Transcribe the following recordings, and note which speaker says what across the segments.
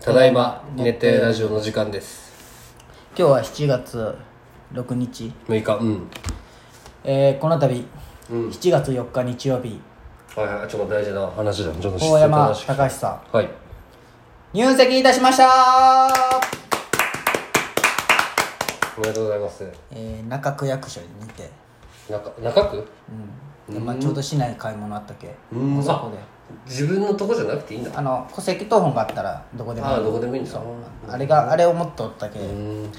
Speaker 1: ただいま熱帯ラジオの時間です
Speaker 2: 今日は7月6日、
Speaker 1: 6日うん
Speaker 2: えーこの度、
Speaker 1: うん
Speaker 2: 7月4日日曜日
Speaker 1: はいはいちょっと大事な話だちょっと
Speaker 2: 大山
Speaker 1: 失礼な
Speaker 2: 高橋さ
Speaker 1: 話はい
Speaker 2: ん入籍いたしました
Speaker 1: おめでとうございます
Speaker 2: えー中区役所に似て、
Speaker 1: 中中区
Speaker 2: うんでまあ、ちょうど市内買い物あったけ
Speaker 1: うん
Speaker 2: そこで
Speaker 1: 自分のとこじゃなくていいんだ
Speaker 2: あの戸籍謄本があったらどこでも
Speaker 1: ああどこでもいいんだ
Speaker 2: そうあれがあれを持っておったけ、
Speaker 1: うん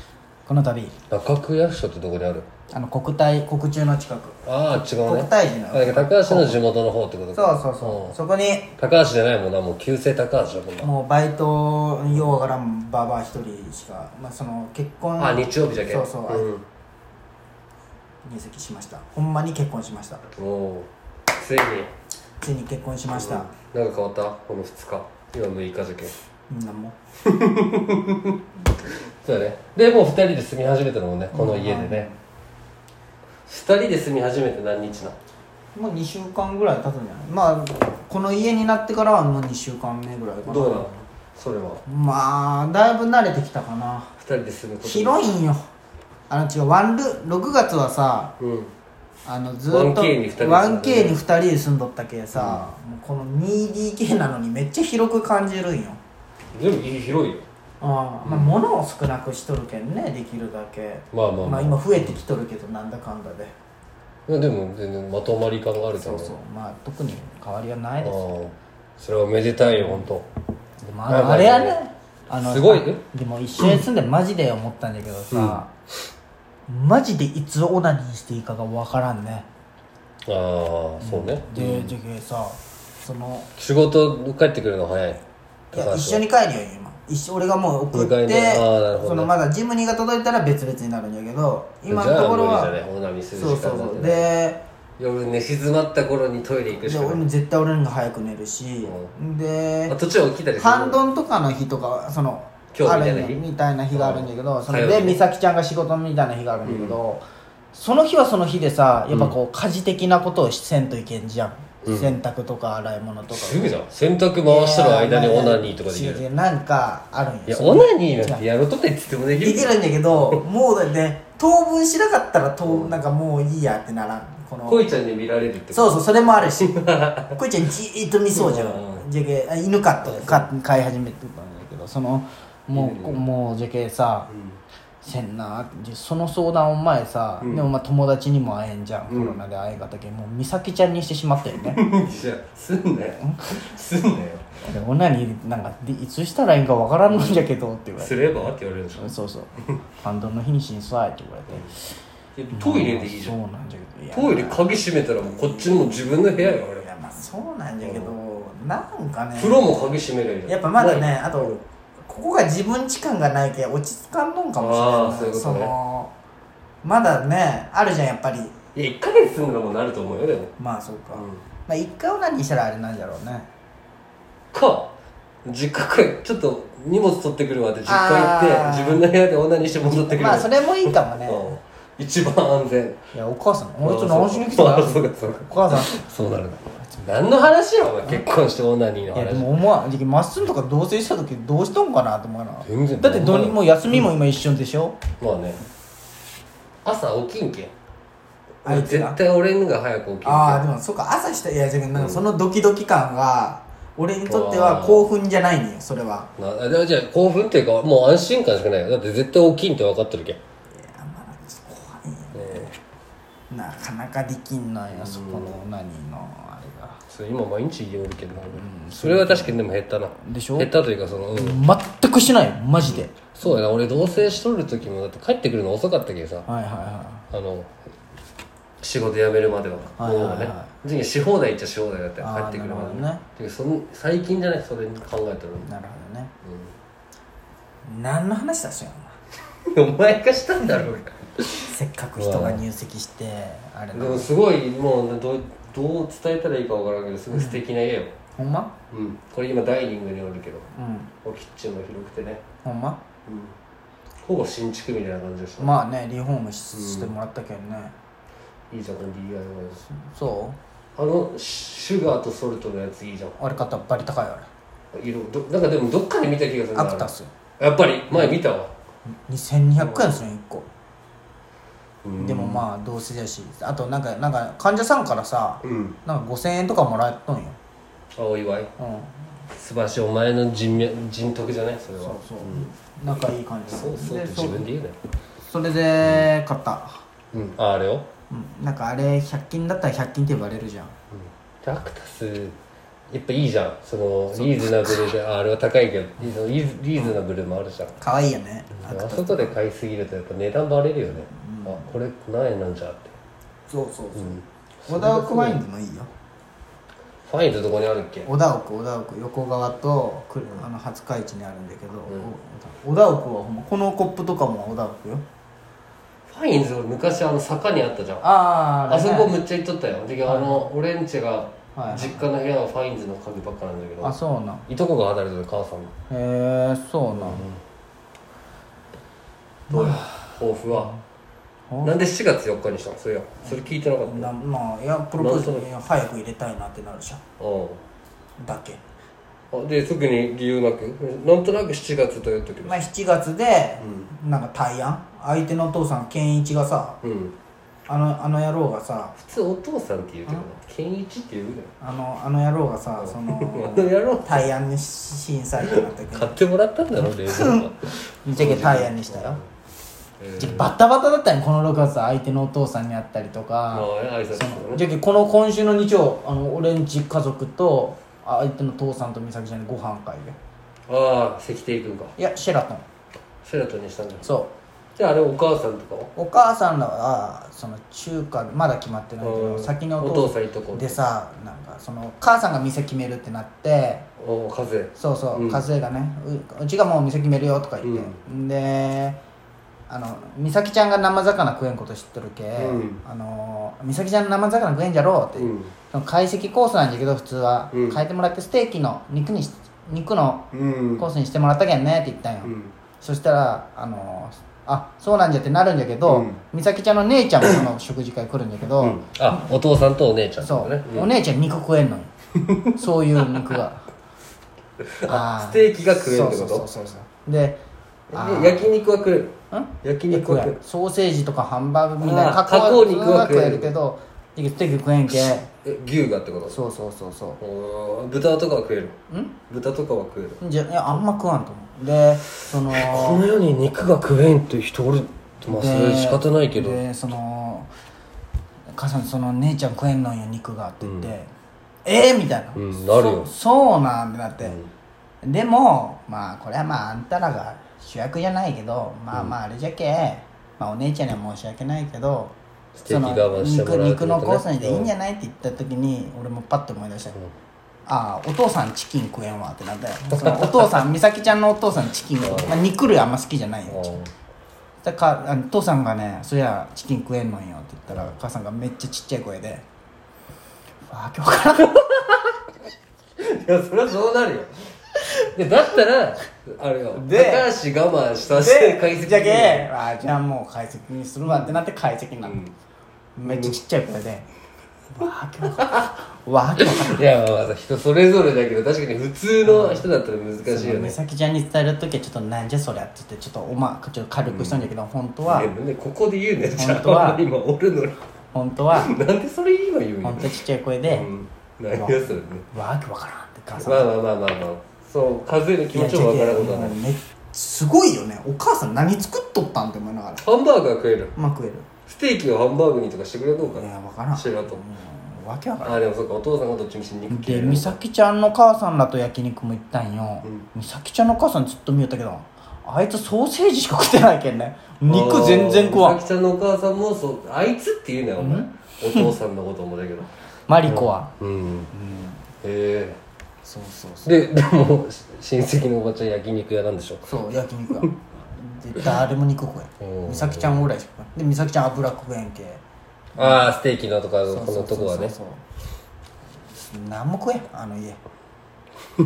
Speaker 2: この度
Speaker 1: 中区役所ってどこにある
Speaker 2: あの国体国中の近く
Speaker 1: ああ違うね
Speaker 2: 国体寺の
Speaker 1: あだから高橋の地元の方ってこと
Speaker 2: そう
Speaker 1: か
Speaker 2: そうそうそこに
Speaker 1: 高橋じゃないもんなもう旧姓高橋だもんな
Speaker 2: もうバイトようわからんババア一人しか、まあ、その結婚
Speaker 1: あ日曜日じゃけ
Speaker 2: そうそう、
Speaker 1: うん
Speaker 2: 入籍しましたほんまに結婚しました
Speaker 1: もうついに
Speaker 2: ついに結婚しました、
Speaker 1: なんか変わったこの2日今6日じゃけ
Speaker 2: みんなも
Speaker 1: そうだねでもう2人で住み始めたのもんねこの家で
Speaker 2: うんはい
Speaker 1: ね2人で住み始めて何日な
Speaker 2: もう2週間ぐらい経つんじゃないまあこの家になってからはもう2週間目ぐらいかな
Speaker 1: どうなのそれは
Speaker 2: まあだいぶ慣れてきたかな
Speaker 1: 2人で住むこと
Speaker 2: 広いんよあの違うワンル6月はさ
Speaker 1: うん
Speaker 2: あのずっと
Speaker 1: 1K に二人で住んだね
Speaker 2: 1K に2人で住んどったけさ、もうこの 2DK なのにめっちゃ広く感じるんよ
Speaker 1: でもいい広いよ
Speaker 2: ああまあ物を少なくしとるけんねできるだけ
Speaker 1: まあまあ
Speaker 2: ま
Speaker 1: ま
Speaker 2: あ
Speaker 1: あ、
Speaker 2: 今増えてきとるけどなんだかんだで
Speaker 1: いやでも全然まとまり感があるけ
Speaker 2: そ
Speaker 1: ど
Speaker 2: うそうまあ特に変わりはないです
Speaker 1: ああそれはめでたいよ本当。
Speaker 2: でも
Speaker 1: まあまあ
Speaker 2: ああれやねあの
Speaker 1: すごいね
Speaker 2: でも一緒に住んでマジで思ったんだけどさ、マジでいつオナニーしていいかがわからんね
Speaker 1: ああそうね、
Speaker 2: でじゃけさその
Speaker 1: 仕事帰ってくるの早い
Speaker 2: いや
Speaker 1: は
Speaker 2: 一緒に帰るよ今一緒俺がもう送って
Speaker 1: 迎えにあーなるほどね
Speaker 2: そのまだジムニーが届いたら別々になるんやけど今
Speaker 1: じゃ
Speaker 2: の
Speaker 1: あ
Speaker 2: ところ
Speaker 1: 無理じゃ
Speaker 2: は
Speaker 1: ないオナニーする時
Speaker 2: そうそう
Speaker 1: 間なん
Speaker 2: そ
Speaker 1: て
Speaker 2: う
Speaker 1: ない
Speaker 2: で
Speaker 1: 夜寝静まった頃にトイレ行くし
Speaker 2: で
Speaker 1: か
Speaker 2: 俺
Speaker 1: ない
Speaker 2: も絶対俺のが早く寝るし、
Speaker 1: あ
Speaker 2: で
Speaker 1: 途中起きたりする
Speaker 2: 半ドンとかの日とかその
Speaker 1: 今日み
Speaker 2: あ
Speaker 1: たい
Speaker 2: る
Speaker 1: な日
Speaker 2: みたいな日があるんだけど、
Speaker 1: うん
Speaker 2: それ
Speaker 1: 火曜
Speaker 2: で
Speaker 1: 日
Speaker 2: 美咲ちゃんが仕事みたいな日があるんだけど、その日はその日でさやっぱこう、家事的なことをしせんといけんじゃん、洗濯とか洗い物とか
Speaker 1: すぐじゃん洗濯回してる間にオナニーとかでき
Speaker 2: いや
Speaker 1: る
Speaker 2: 違うなんかあるんよ
Speaker 1: いや
Speaker 2: その
Speaker 1: オナニーなんてやろうとって言ってもでき
Speaker 2: で
Speaker 1: る
Speaker 2: きるんだけどもうだね当分しなかったら当なんかもういいやってならんこの
Speaker 1: 恋ちゃんに見られるって
Speaker 2: そううそうそれもある しこいちゃんじーっと見そうじゃん、じゃけあ犬飼って飼飼い始めてたんだけどそのもう,、もうじゃけさ、せんなじその相談を前さ、でもまあ友達にも会えんじゃん、コロナで会えんかったけんもう美咲ちゃんにしてしまったよね
Speaker 1: じゃあすんなよすんなよ
Speaker 2: で女になんかでいつしたらいいんかわからんのじゃけどって言われ
Speaker 1: す
Speaker 2: て
Speaker 1: ればって言われるでしょ
Speaker 2: そうそうファンドの日にしんさいって言われて
Speaker 1: トイレでいいじゃん
Speaker 2: そうなんじゃけど
Speaker 1: ト
Speaker 2: いや
Speaker 1: イレ鍵閉めたらもうこっちも自分の部屋よ
Speaker 2: い
Speaker 1: 俺
Speaker 2: やまあそうなんじゃけど、なんかね
Speaker 1: 風呂も鍵閉めるいいじゃん
Speaker 2: やっぱまだねあとここが自分時間がないけん落ち着かんのんかもしれない
Speaker 1: あーそういうことね
Speaker 2: のまだねあるじゃんやっぱり
Speaker 1: いや1ヶ月すんのもなると思うよでも
Speaker 2: まあそうか、
Speaker 1: うん
Speaker 2: まあ一回オナニーしたらあれなんじゃろうね
Speaker 1: か実家帰ちょっと荷物取ってくるわって実家行
Speaker 2: あ
Speaker 1: っ
Speaker 2: ー
Speaker 1: て自分の部屋で女にして戻ってくる
Speaker 2: まあそれもいいかもね
Speaker 1: うん一番安全
Speaker 2: いやお母さん
Speaker 1: あ
Speaker 2: 俺ちょっと直しに来た
Speaker 1: あ そうかそうか
Speaker 2: お 母さん
Speaker 1: そうなるな何の話やお前結婚してオナニーの
Speaker 2: いやで
Speaker 1: 話
Speaker 2: も思わんじゃけまっすんとか同棲した時どうしとんかなと思うな
Speaker 1: 全然
Speaker 2: だってどにもう休みも今一緒でしょ、
Speaker 1: まあね朝起きんけん
Speaker 2: あいつが
Speaker 1: 絶対俺んが早く起きる
Speaker 2: ああでもそうか朝したいやじゃけなんかそのドキドキ感が俺にとっては
Speaker 1: あー
Speaker 2: 興奮じゃないんよそれは
Speaker 1: なだからじゃあ興奮っていうかもう安心感しかないよだって絶対起きんって分かってるけん
Speaker 2: いやまあちょっと怖いよなかなかできんのよそこの何のあれが
Speaker 1: そう今毎日家おるけどな、それは確かにでも減ったな
Speaker 2: でしょ
Speaker 1: 減ったというかその、うん
Speaker 2: 全くしないよマジで、
Speaker 1: そうやな俺同棲しとる時もだって帰ってくるの遅かったけどさ
Speaker 2: はいはいは
Speaker 1: あの仕事辞めるまでは、
Speaker 2: はいはいは
Speaker 1: も
Speaker 2: い
Speaker 1: うね次し放題っちゃし放題だったよ
Speaker 2: あー
Speaker 1: 帰ってくるまで
Speaker 2: なるほどね
Speaker 1: てかその最近じゃないそれに考えてる
Speaker 2: いなるほどね、何の話だっしょやお
Speaker 1: お前がしたんだろう か
Speaker 2: 前せっかく人が入籍してあれ
Speaker 1: で
Speaker 2: な
Speaker 1: もすごいもうどうどう伝えたらいいかわからんけどすごい素敵な家よ、
Speaker 2: ほんま
Speaker 1: うんこれ今ダイニングにおるけど
Speaker 2: うん
Speaker 1: もうキッチンも広くてね、
Speaker 2: ほんま
Speaker 1: うん、ほぼ新築みたいな感じでした、
Speaker 2: まあねリフォームししてもらったけんね、
Speaker 1: いいじゃんこの DIY です
Speaker 2: そ
Speaker 1: あのシュガーとソルトのやついいじゃん
Speaker 2: うあれ買ったらバリ高いよあれ
Speaker 1: 色どなんかでもどっかで見た気がするな
Speaker 2: アクタス
Speaker 1: やっぱり前見たわ、
Speaker 2: 2200円ですね1個
Speaker 1: うん
Speaker 2: でもまあ同世代やしあとなんかなんか患者さんからさ
Speaker 1: うん
Speaker 2: なんか5000円とかもらっとんよ
Speaker 1: あお祝い
Speaker 2: うん
Speaker 1: 素晴らしいお前の人脈人徳じゃないそれは
Speaker 2: そうそう、仲いい感じ
Speaker 1: そうそう
Speaker 2: で
Speaker 1: って自分で言うね
Speaker 2: それで買った、
Speaker 1: うんああれを
Speaker 2: うん、なんかあれ100均だったら100均って呼ばれるじゃん
Speaker 1: でアクタスやっぱいいじゃんそのリーズナブルでああれは高いけどリーズリーズナブルもあるじゃん
Speaker 2: 可愛いよね
Speaker 1: でもあそこで買いすぎるとやっぱ値段バレるよね、あこれ何円なんじゃって
Speaker 2: そうそうそう、
Speaker 1: ん
Speaker 2: 小田奥ワインズもいいよ
Speaker 1: ファインズどこにあるっけ
Speaker 2: 小田奥小田奥横側とくるあの廿日市にあるんだけど、お小田奥はほんまこのコップとかも小田奥よ
Speaker 1: ファインズ俺昔あの坂にあったじゃんあ
Speaker 2: ああ
Speaker 1: そこむっちゃ行っとったよであの俺んちが
Speaker 2: はい
Speaker 1: 実家の部屋はファインズの家具ばっかなんだけど、
Speaker 2: あそうなん
Speaker 1: いとこが離れてる母さんの
Speaker 2: へえそうなん、
Speaker 1: どうよ抱負は、
Speaker 2: うん
Speaker 1: なんで4月4日にしたのそれやそれ聞いてなかった
Speaker 2: なまあいやプロポーズ
Speaker 1: なんとなく
Speaker 2: いや早く入れたいなってなるじゃん
Speaker 1: う
Speaker 2: だけ
Speaker 1: んあで特に理由なくなんとなく7月という時
Speaker 2: まあ7月で、なんか対案相手のお父さん健一がさ
Speaker 1: うん
Speaker 2: あのあの野郎がさ
Speaker 1: 普通お父さんって言うけど健一って言うじ
Speaker 2: あのあの野郎がさそ
Speaker 1: ゃん
Speaker 2: の
Speaker 1: あの野郎
Speaker 2: 対案に審査員になったけ
Speaker 1: 買
Speaker 2: ど
Speaker 1: ってもらったんだろ冷蔵 庫
Speaker 2: じゃけ対案にしたよ
Speaker 1: えー
Speaker 2: じゃけバッタバタだったんよこの6月は相手のお父さんに会ったりと
Speaker 1: ま
Speaker 2: か
Speaker 1: あ挨拶とか
Speaker 2: じ
Speaker 1: ね
Speaker 2: ゃけこの今週の日曜あの俺んち家族とあ相手の父さんと美咲ちゃんでご飯会で
Speaker 1: ああ石亭君か
Speaker 2: いやシェラトン
Speaker 1: セラトンにしたんだ
Speaker 2: そう
Speaker 1: じゃああれお母さんとかは
Speaker 2: お母さんらはその中華まだ決まってないけ
Speaker 1: う
Speaker 2: ど
Speaker 1: ん
Speaker 2: 先にお
Speaker 1: お父
Speaker 2: 父さ
Speaker 1: さんいとこ
Speaker 2: んでさなんかその母さんが店決めるってなって
Speaker 1: おお風
Speaker 2: そうそううん和江がねううちがもう店決めるよとか言って、であの美咲ちゃんが生魚食えんこと知っとるけ、
Speaker 1: うん
Speaker 2: あの美咲ちゃん生魚食えんじゃろうって、
Speaker 1: うん
Speaker 2: その懐石コースなんだけど普通は、
Speaker 1: うん
Speaker 2: 変えてもらってステーキの肉にし肉の
Speaker 1: うん
Speaker 2: コースにしてもらったけんねって言ったんよ、そしたらあのあそうなんじゃってなるんだけど、
Speaker 1: うん
Speaker 2: 美咲ちゃんの姉ちゃんもその食事会来るんだけど、
Speaker 1: うんあお父さんとお姉ちゃんとか
Speaker 2: そう
Speaker 1: ね、
Speaker 2: お姉ちゃん肉食 えんのよそういう肉があー
Speaker 1: ステーキが食えんってこと
Speaker 2: そうそうそうそうであ
Speaker 1: え焼肉は食える
Speaker 2: ん
Speaker 1: 焼肉は食える
Speaker 2: ソーセージとかハンバーグみたいな
Speaker 1: あー加工肉は食える
Speaker 2: 加工るけどステーキ食えんけ
Speaker 1: え牛がってこと
Speaker 2: そうそうそうそ
Speaker 1: おー豚とかは食える豚とかは食える
Speaker 2: うじゃいやあんま食わんと思うでその
Speaker 1: この世に肉が食えんって人おるまあそれ仕方ないけど
Speaker 2: でその「母さんその姉ちゃん食えんのんよ肉が」って言って「えーみたいな、
Speaker 1: うんなるよ
Speaker 2: そそうなんだって、でもまあこれはまああんたらが主役じゃないけどまあまああれじゃけ、まあ、お姉ちゃんには申し訳ないけど
Speaker 1: ステ
Speaker 2: そ
Speaker 1: ーキ
Speaker 2: の
Speaker 1: 我慢してもらうってこと
Speaker 2: 肉
Speaker 1: ね
Speaker 2: 肉のコースにでいいんじゃないって言った時に俺もパッと思い出した、ああお父さんチキン食えんわってなったよそのお父さん美咲ちゃんのお父さんチキン食えんまあ、肉類あんま好きじゃないよだからあの父さんがね「そりゃチキン食えんのんよ」って言ったら母さんがめっちゃちっちゃい声で「ああ今日から
Speaker 1: いやそりゃそうなるよでだったらあれよ高
Speaker 2: で
Speaker 1: 橋我慢したして
Speaker 2: で
Speaker 1: 解析
Speaker 2: じゃけあじゃあもう解析にするわってなって解析になった、めっちゃちっちゃい声で「わけわかんないわけわかんない
Speaker 1: いやまあ人それぞれだけど確かに普通の人だったら難しいよ
Speaker 2: 美
Speaker 1: ね
Speaker 2: 咲ちゃんに伝える時はちょっと「なんじゃそりゃ」って言ってちょっとおまちょっと軽くしたんだけど、本当は
Speaker 1: ねここで言うねじゃ
Speaker 2: 本当は
Speaker 1: あ今おるのに
Speaker 2: 本当は
Speaker 1: なんでそれ今言うんや
Speaker 2: 本当ちっちゃい声で
Speaker 1: うん何やそれね
Speaker 2: 「わけわからん」って母さん
Speaker 1: まあまあまあまあまあそう数える気持ちもわからんことはない
Speaker 2: いやじゃけもうめすごいよねお母さん何作っとったんって思いながら
Speaker 1: ハンバーガー食える
Speaker 2: うまく言える
Speaker 1: ステーキをハンバーグにとかしてくれるのか
Speaker 2: いや
Speaker 1: な
Speaker 2: わからん
Speaker 1: 知らんと
Speaker 2: うんわけわからん
Speaker 1: あーでもそっかお父さんがどっちみち肉
Speaker 2: で
Speaker 1: 嫌い
Speaker 2: 美咲ちゃんの母さんらと焼肉も行ったんよ、美咲ちゃんの母さんずっと見よったけどあいつソーセージしか食ってないけんね肉全然食わ
Speaker 1: あー美
Speaker 2: ん
Speaker 1: 咲ちゃんのお母さんもそうあいつって言うなよお前お父さんのこともだけ ど
Speaker 2: マリコは、
Speaker 1: うんへ
Speaker 2: そうそうそ
Speaker 1: えででもし親戚のおばちゃん焼肉屋なんでしょ
Speaker 2: うそう焼肉 はで誰も肉食え
Speaker 1: うん
Speaker 2: ん美咲ちゃんぐらいしか食えんで美咲ちゃん油食えんけ
Speaker 1: ああステーキのとか
Speaker 2: そう
Speaker 1: こ
Speaker 2: そ
Speaker 1: の
Speaker 2: う
Speaker 1: と
Speaker 2: そう
Speaker 1: こはね
Speaker 2: そう何も食えんあの家
Speaker 1: まあ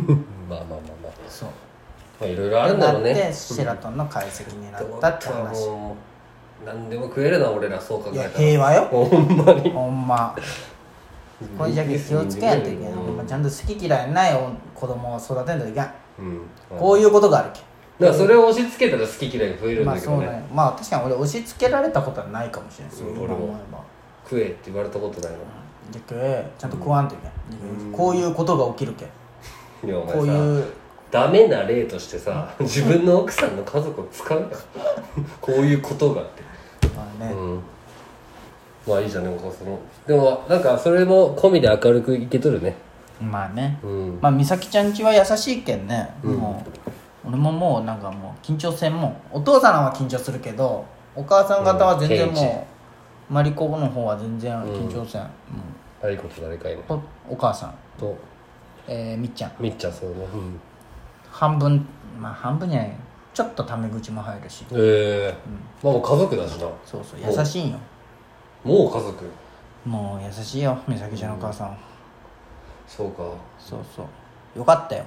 Speaker 1: まあまあまあ
Speaker 2: そう
Speaker 1: まあいろいろあるんだろう
Speaker 2: なって
Speaker 1: ね
Speaker 2: シェラトンの解析にな
Speaker 1: どう
Speaker 2: ったって
Speaker 1: か
Speaker 2: 話
Speaker 1: もう何でも食えるな俺らそう考え
Speaker 2: い
Speaker 1: た
Speaker 2: や
Speaker 1: ら
Speaker 2: 平和よ
Speaker 1: ほんまに
Speaker 2: ほんまこれじゃけ気をつけやんといけないほんまちゃんと好き嫌いない子供を育てんといけん
Speaker 1: うん
Speaker 2: こういうことがあるけん
Speaker 1: だからそれを押し付けたら好き嫌いが増えるん
Speaker 2: ま
Speaker 1: だ
Speaker 2: あ
Speaker 1: け
Speaker 2: そう
Speaker 1: どね
Speaker 2: ねまあ確かに俺押し付けられたことはないかもしれないそう
Speaker 1: うん
Speaker 2: 今
Speaker 1: 俺も
Speaker 2: 思えば
Speaker 1: 食えって言われたことない
Speaker 2: じゃけちゃんと食わんといけん
Speaker 1: うん
Speaker 2: こういうことが起きるけん
Speaker 1: のいやお
Speaker 2: こう
Speaker 1: 前さ
Speaker 2: いう
Speaker 1: ダメな例としてさ自分の奥さんの家族を使うよ こういうことがって
Speaker 2: まあね
Speaker 1: うんまあいいじゃんねお母さんのでもなんかそれも込みで明るくいけとるね
Speaker 2: まあね
Speaker 1: うん
Speaker 2: まあ美咲ちゃんちは優しいけんね
Speaker 1: うん
Speaker 2: もう俺ももうなんかもう緊張せんもんお父さんは緊張するけどお母さん方は
Speaker 1: う
Speaker 2: 全然
Speaker 1: んケン
Speaker 2: もうマリコの方は全然緊張せん
Speaker 1: あいこと誰かいね
Speaker 2: うんおお母さん
Speaker 1: と
Speaker 2: えーみっちゃん
Speaker 1: みっちゃんそうねうん
Speaker 2: 半分まあ半分じゃないちょっとタメ口も入るし
Speaker 1: ええまあもう家族だしな
Speaker 2: そうそう優しいんよ
Speaker 1: もう家族
Speaker 2: もう優しいよ美咲ちゃんのお母さんは
Speaker 1: そうか
Speaker 2: そうそうよかったよ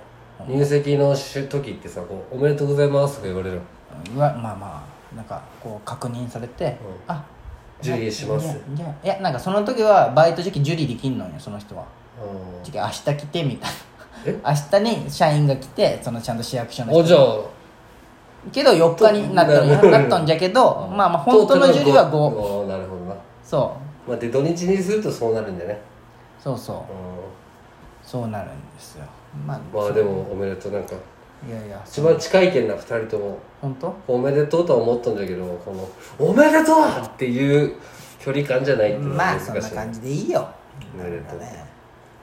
Speaker 1: 入籍のし時ってさこう「おめでとうございます」とか言われる
Speaker 2: うわまあまあなんかこう確認されて、
Speaker 1: う
Speaker 2: あ
Speaker 1: 受理します
Speaker 2: いやいやいやなんかその時はバイト時期受理できんのよその人は
Speaker 1: うん
Speaker 2: 時期明日来てみたい
Speaker 1: え
Speaker 2: な明日に社員が来てそのちゃんと市役所の
Speaker 1: あじゃ
Speaker 2: 人
Speaker 1: あ
Speaker 2: けど4日になった
Speaker 1: なる
Speaker 2: なったんじゃけどまあまあ本当の受理は5
Speaker 1: ああなるほどな
Speaker 2: そう
Speaker 1: まあで土日にするとそうなるんだよね
Speaker 2: そうそう
Speaker 1: う
Speaker 2: そうなるんですよまあ
Speaker 1: んまあでもおめでとうなんか
Speaker 2: いやいや
Speaker 1: 一番近いけんな2人とも
Speaker 2: 本当
Speaker 1: おめでとうとは思ったんだけどこの「おめでとう!」っていう距離感じゃないっていうのが
Speaker 2: まあ
Speaker 1: 難しい
Speaker 2: そんな感じでいいよ
Speaker 1: おめでとう
Speaker 2: なんかね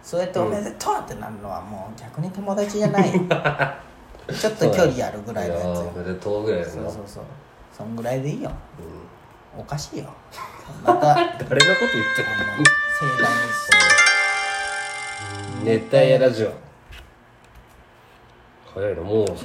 Speaker 2: そうやって「おめでとう!」ってなるのはもう逆に友達じゃない ちょっと距離あるぐらいのやつ
Speaker 1: や
Speaker 2: よ
Speaker 1: おめでとうぐらいだ
Speaker 2: そう
Speaker 1: な
Speaker 2: そうそうそんぐらいでいいよ、おかしいよまたあの
Speaker 1: 誰
Speaker 2: 盛
Speaker 1: のこと言ってる
Speaker 2: 大に
Speaker 1: 熱帯夜ラジオ早いなもう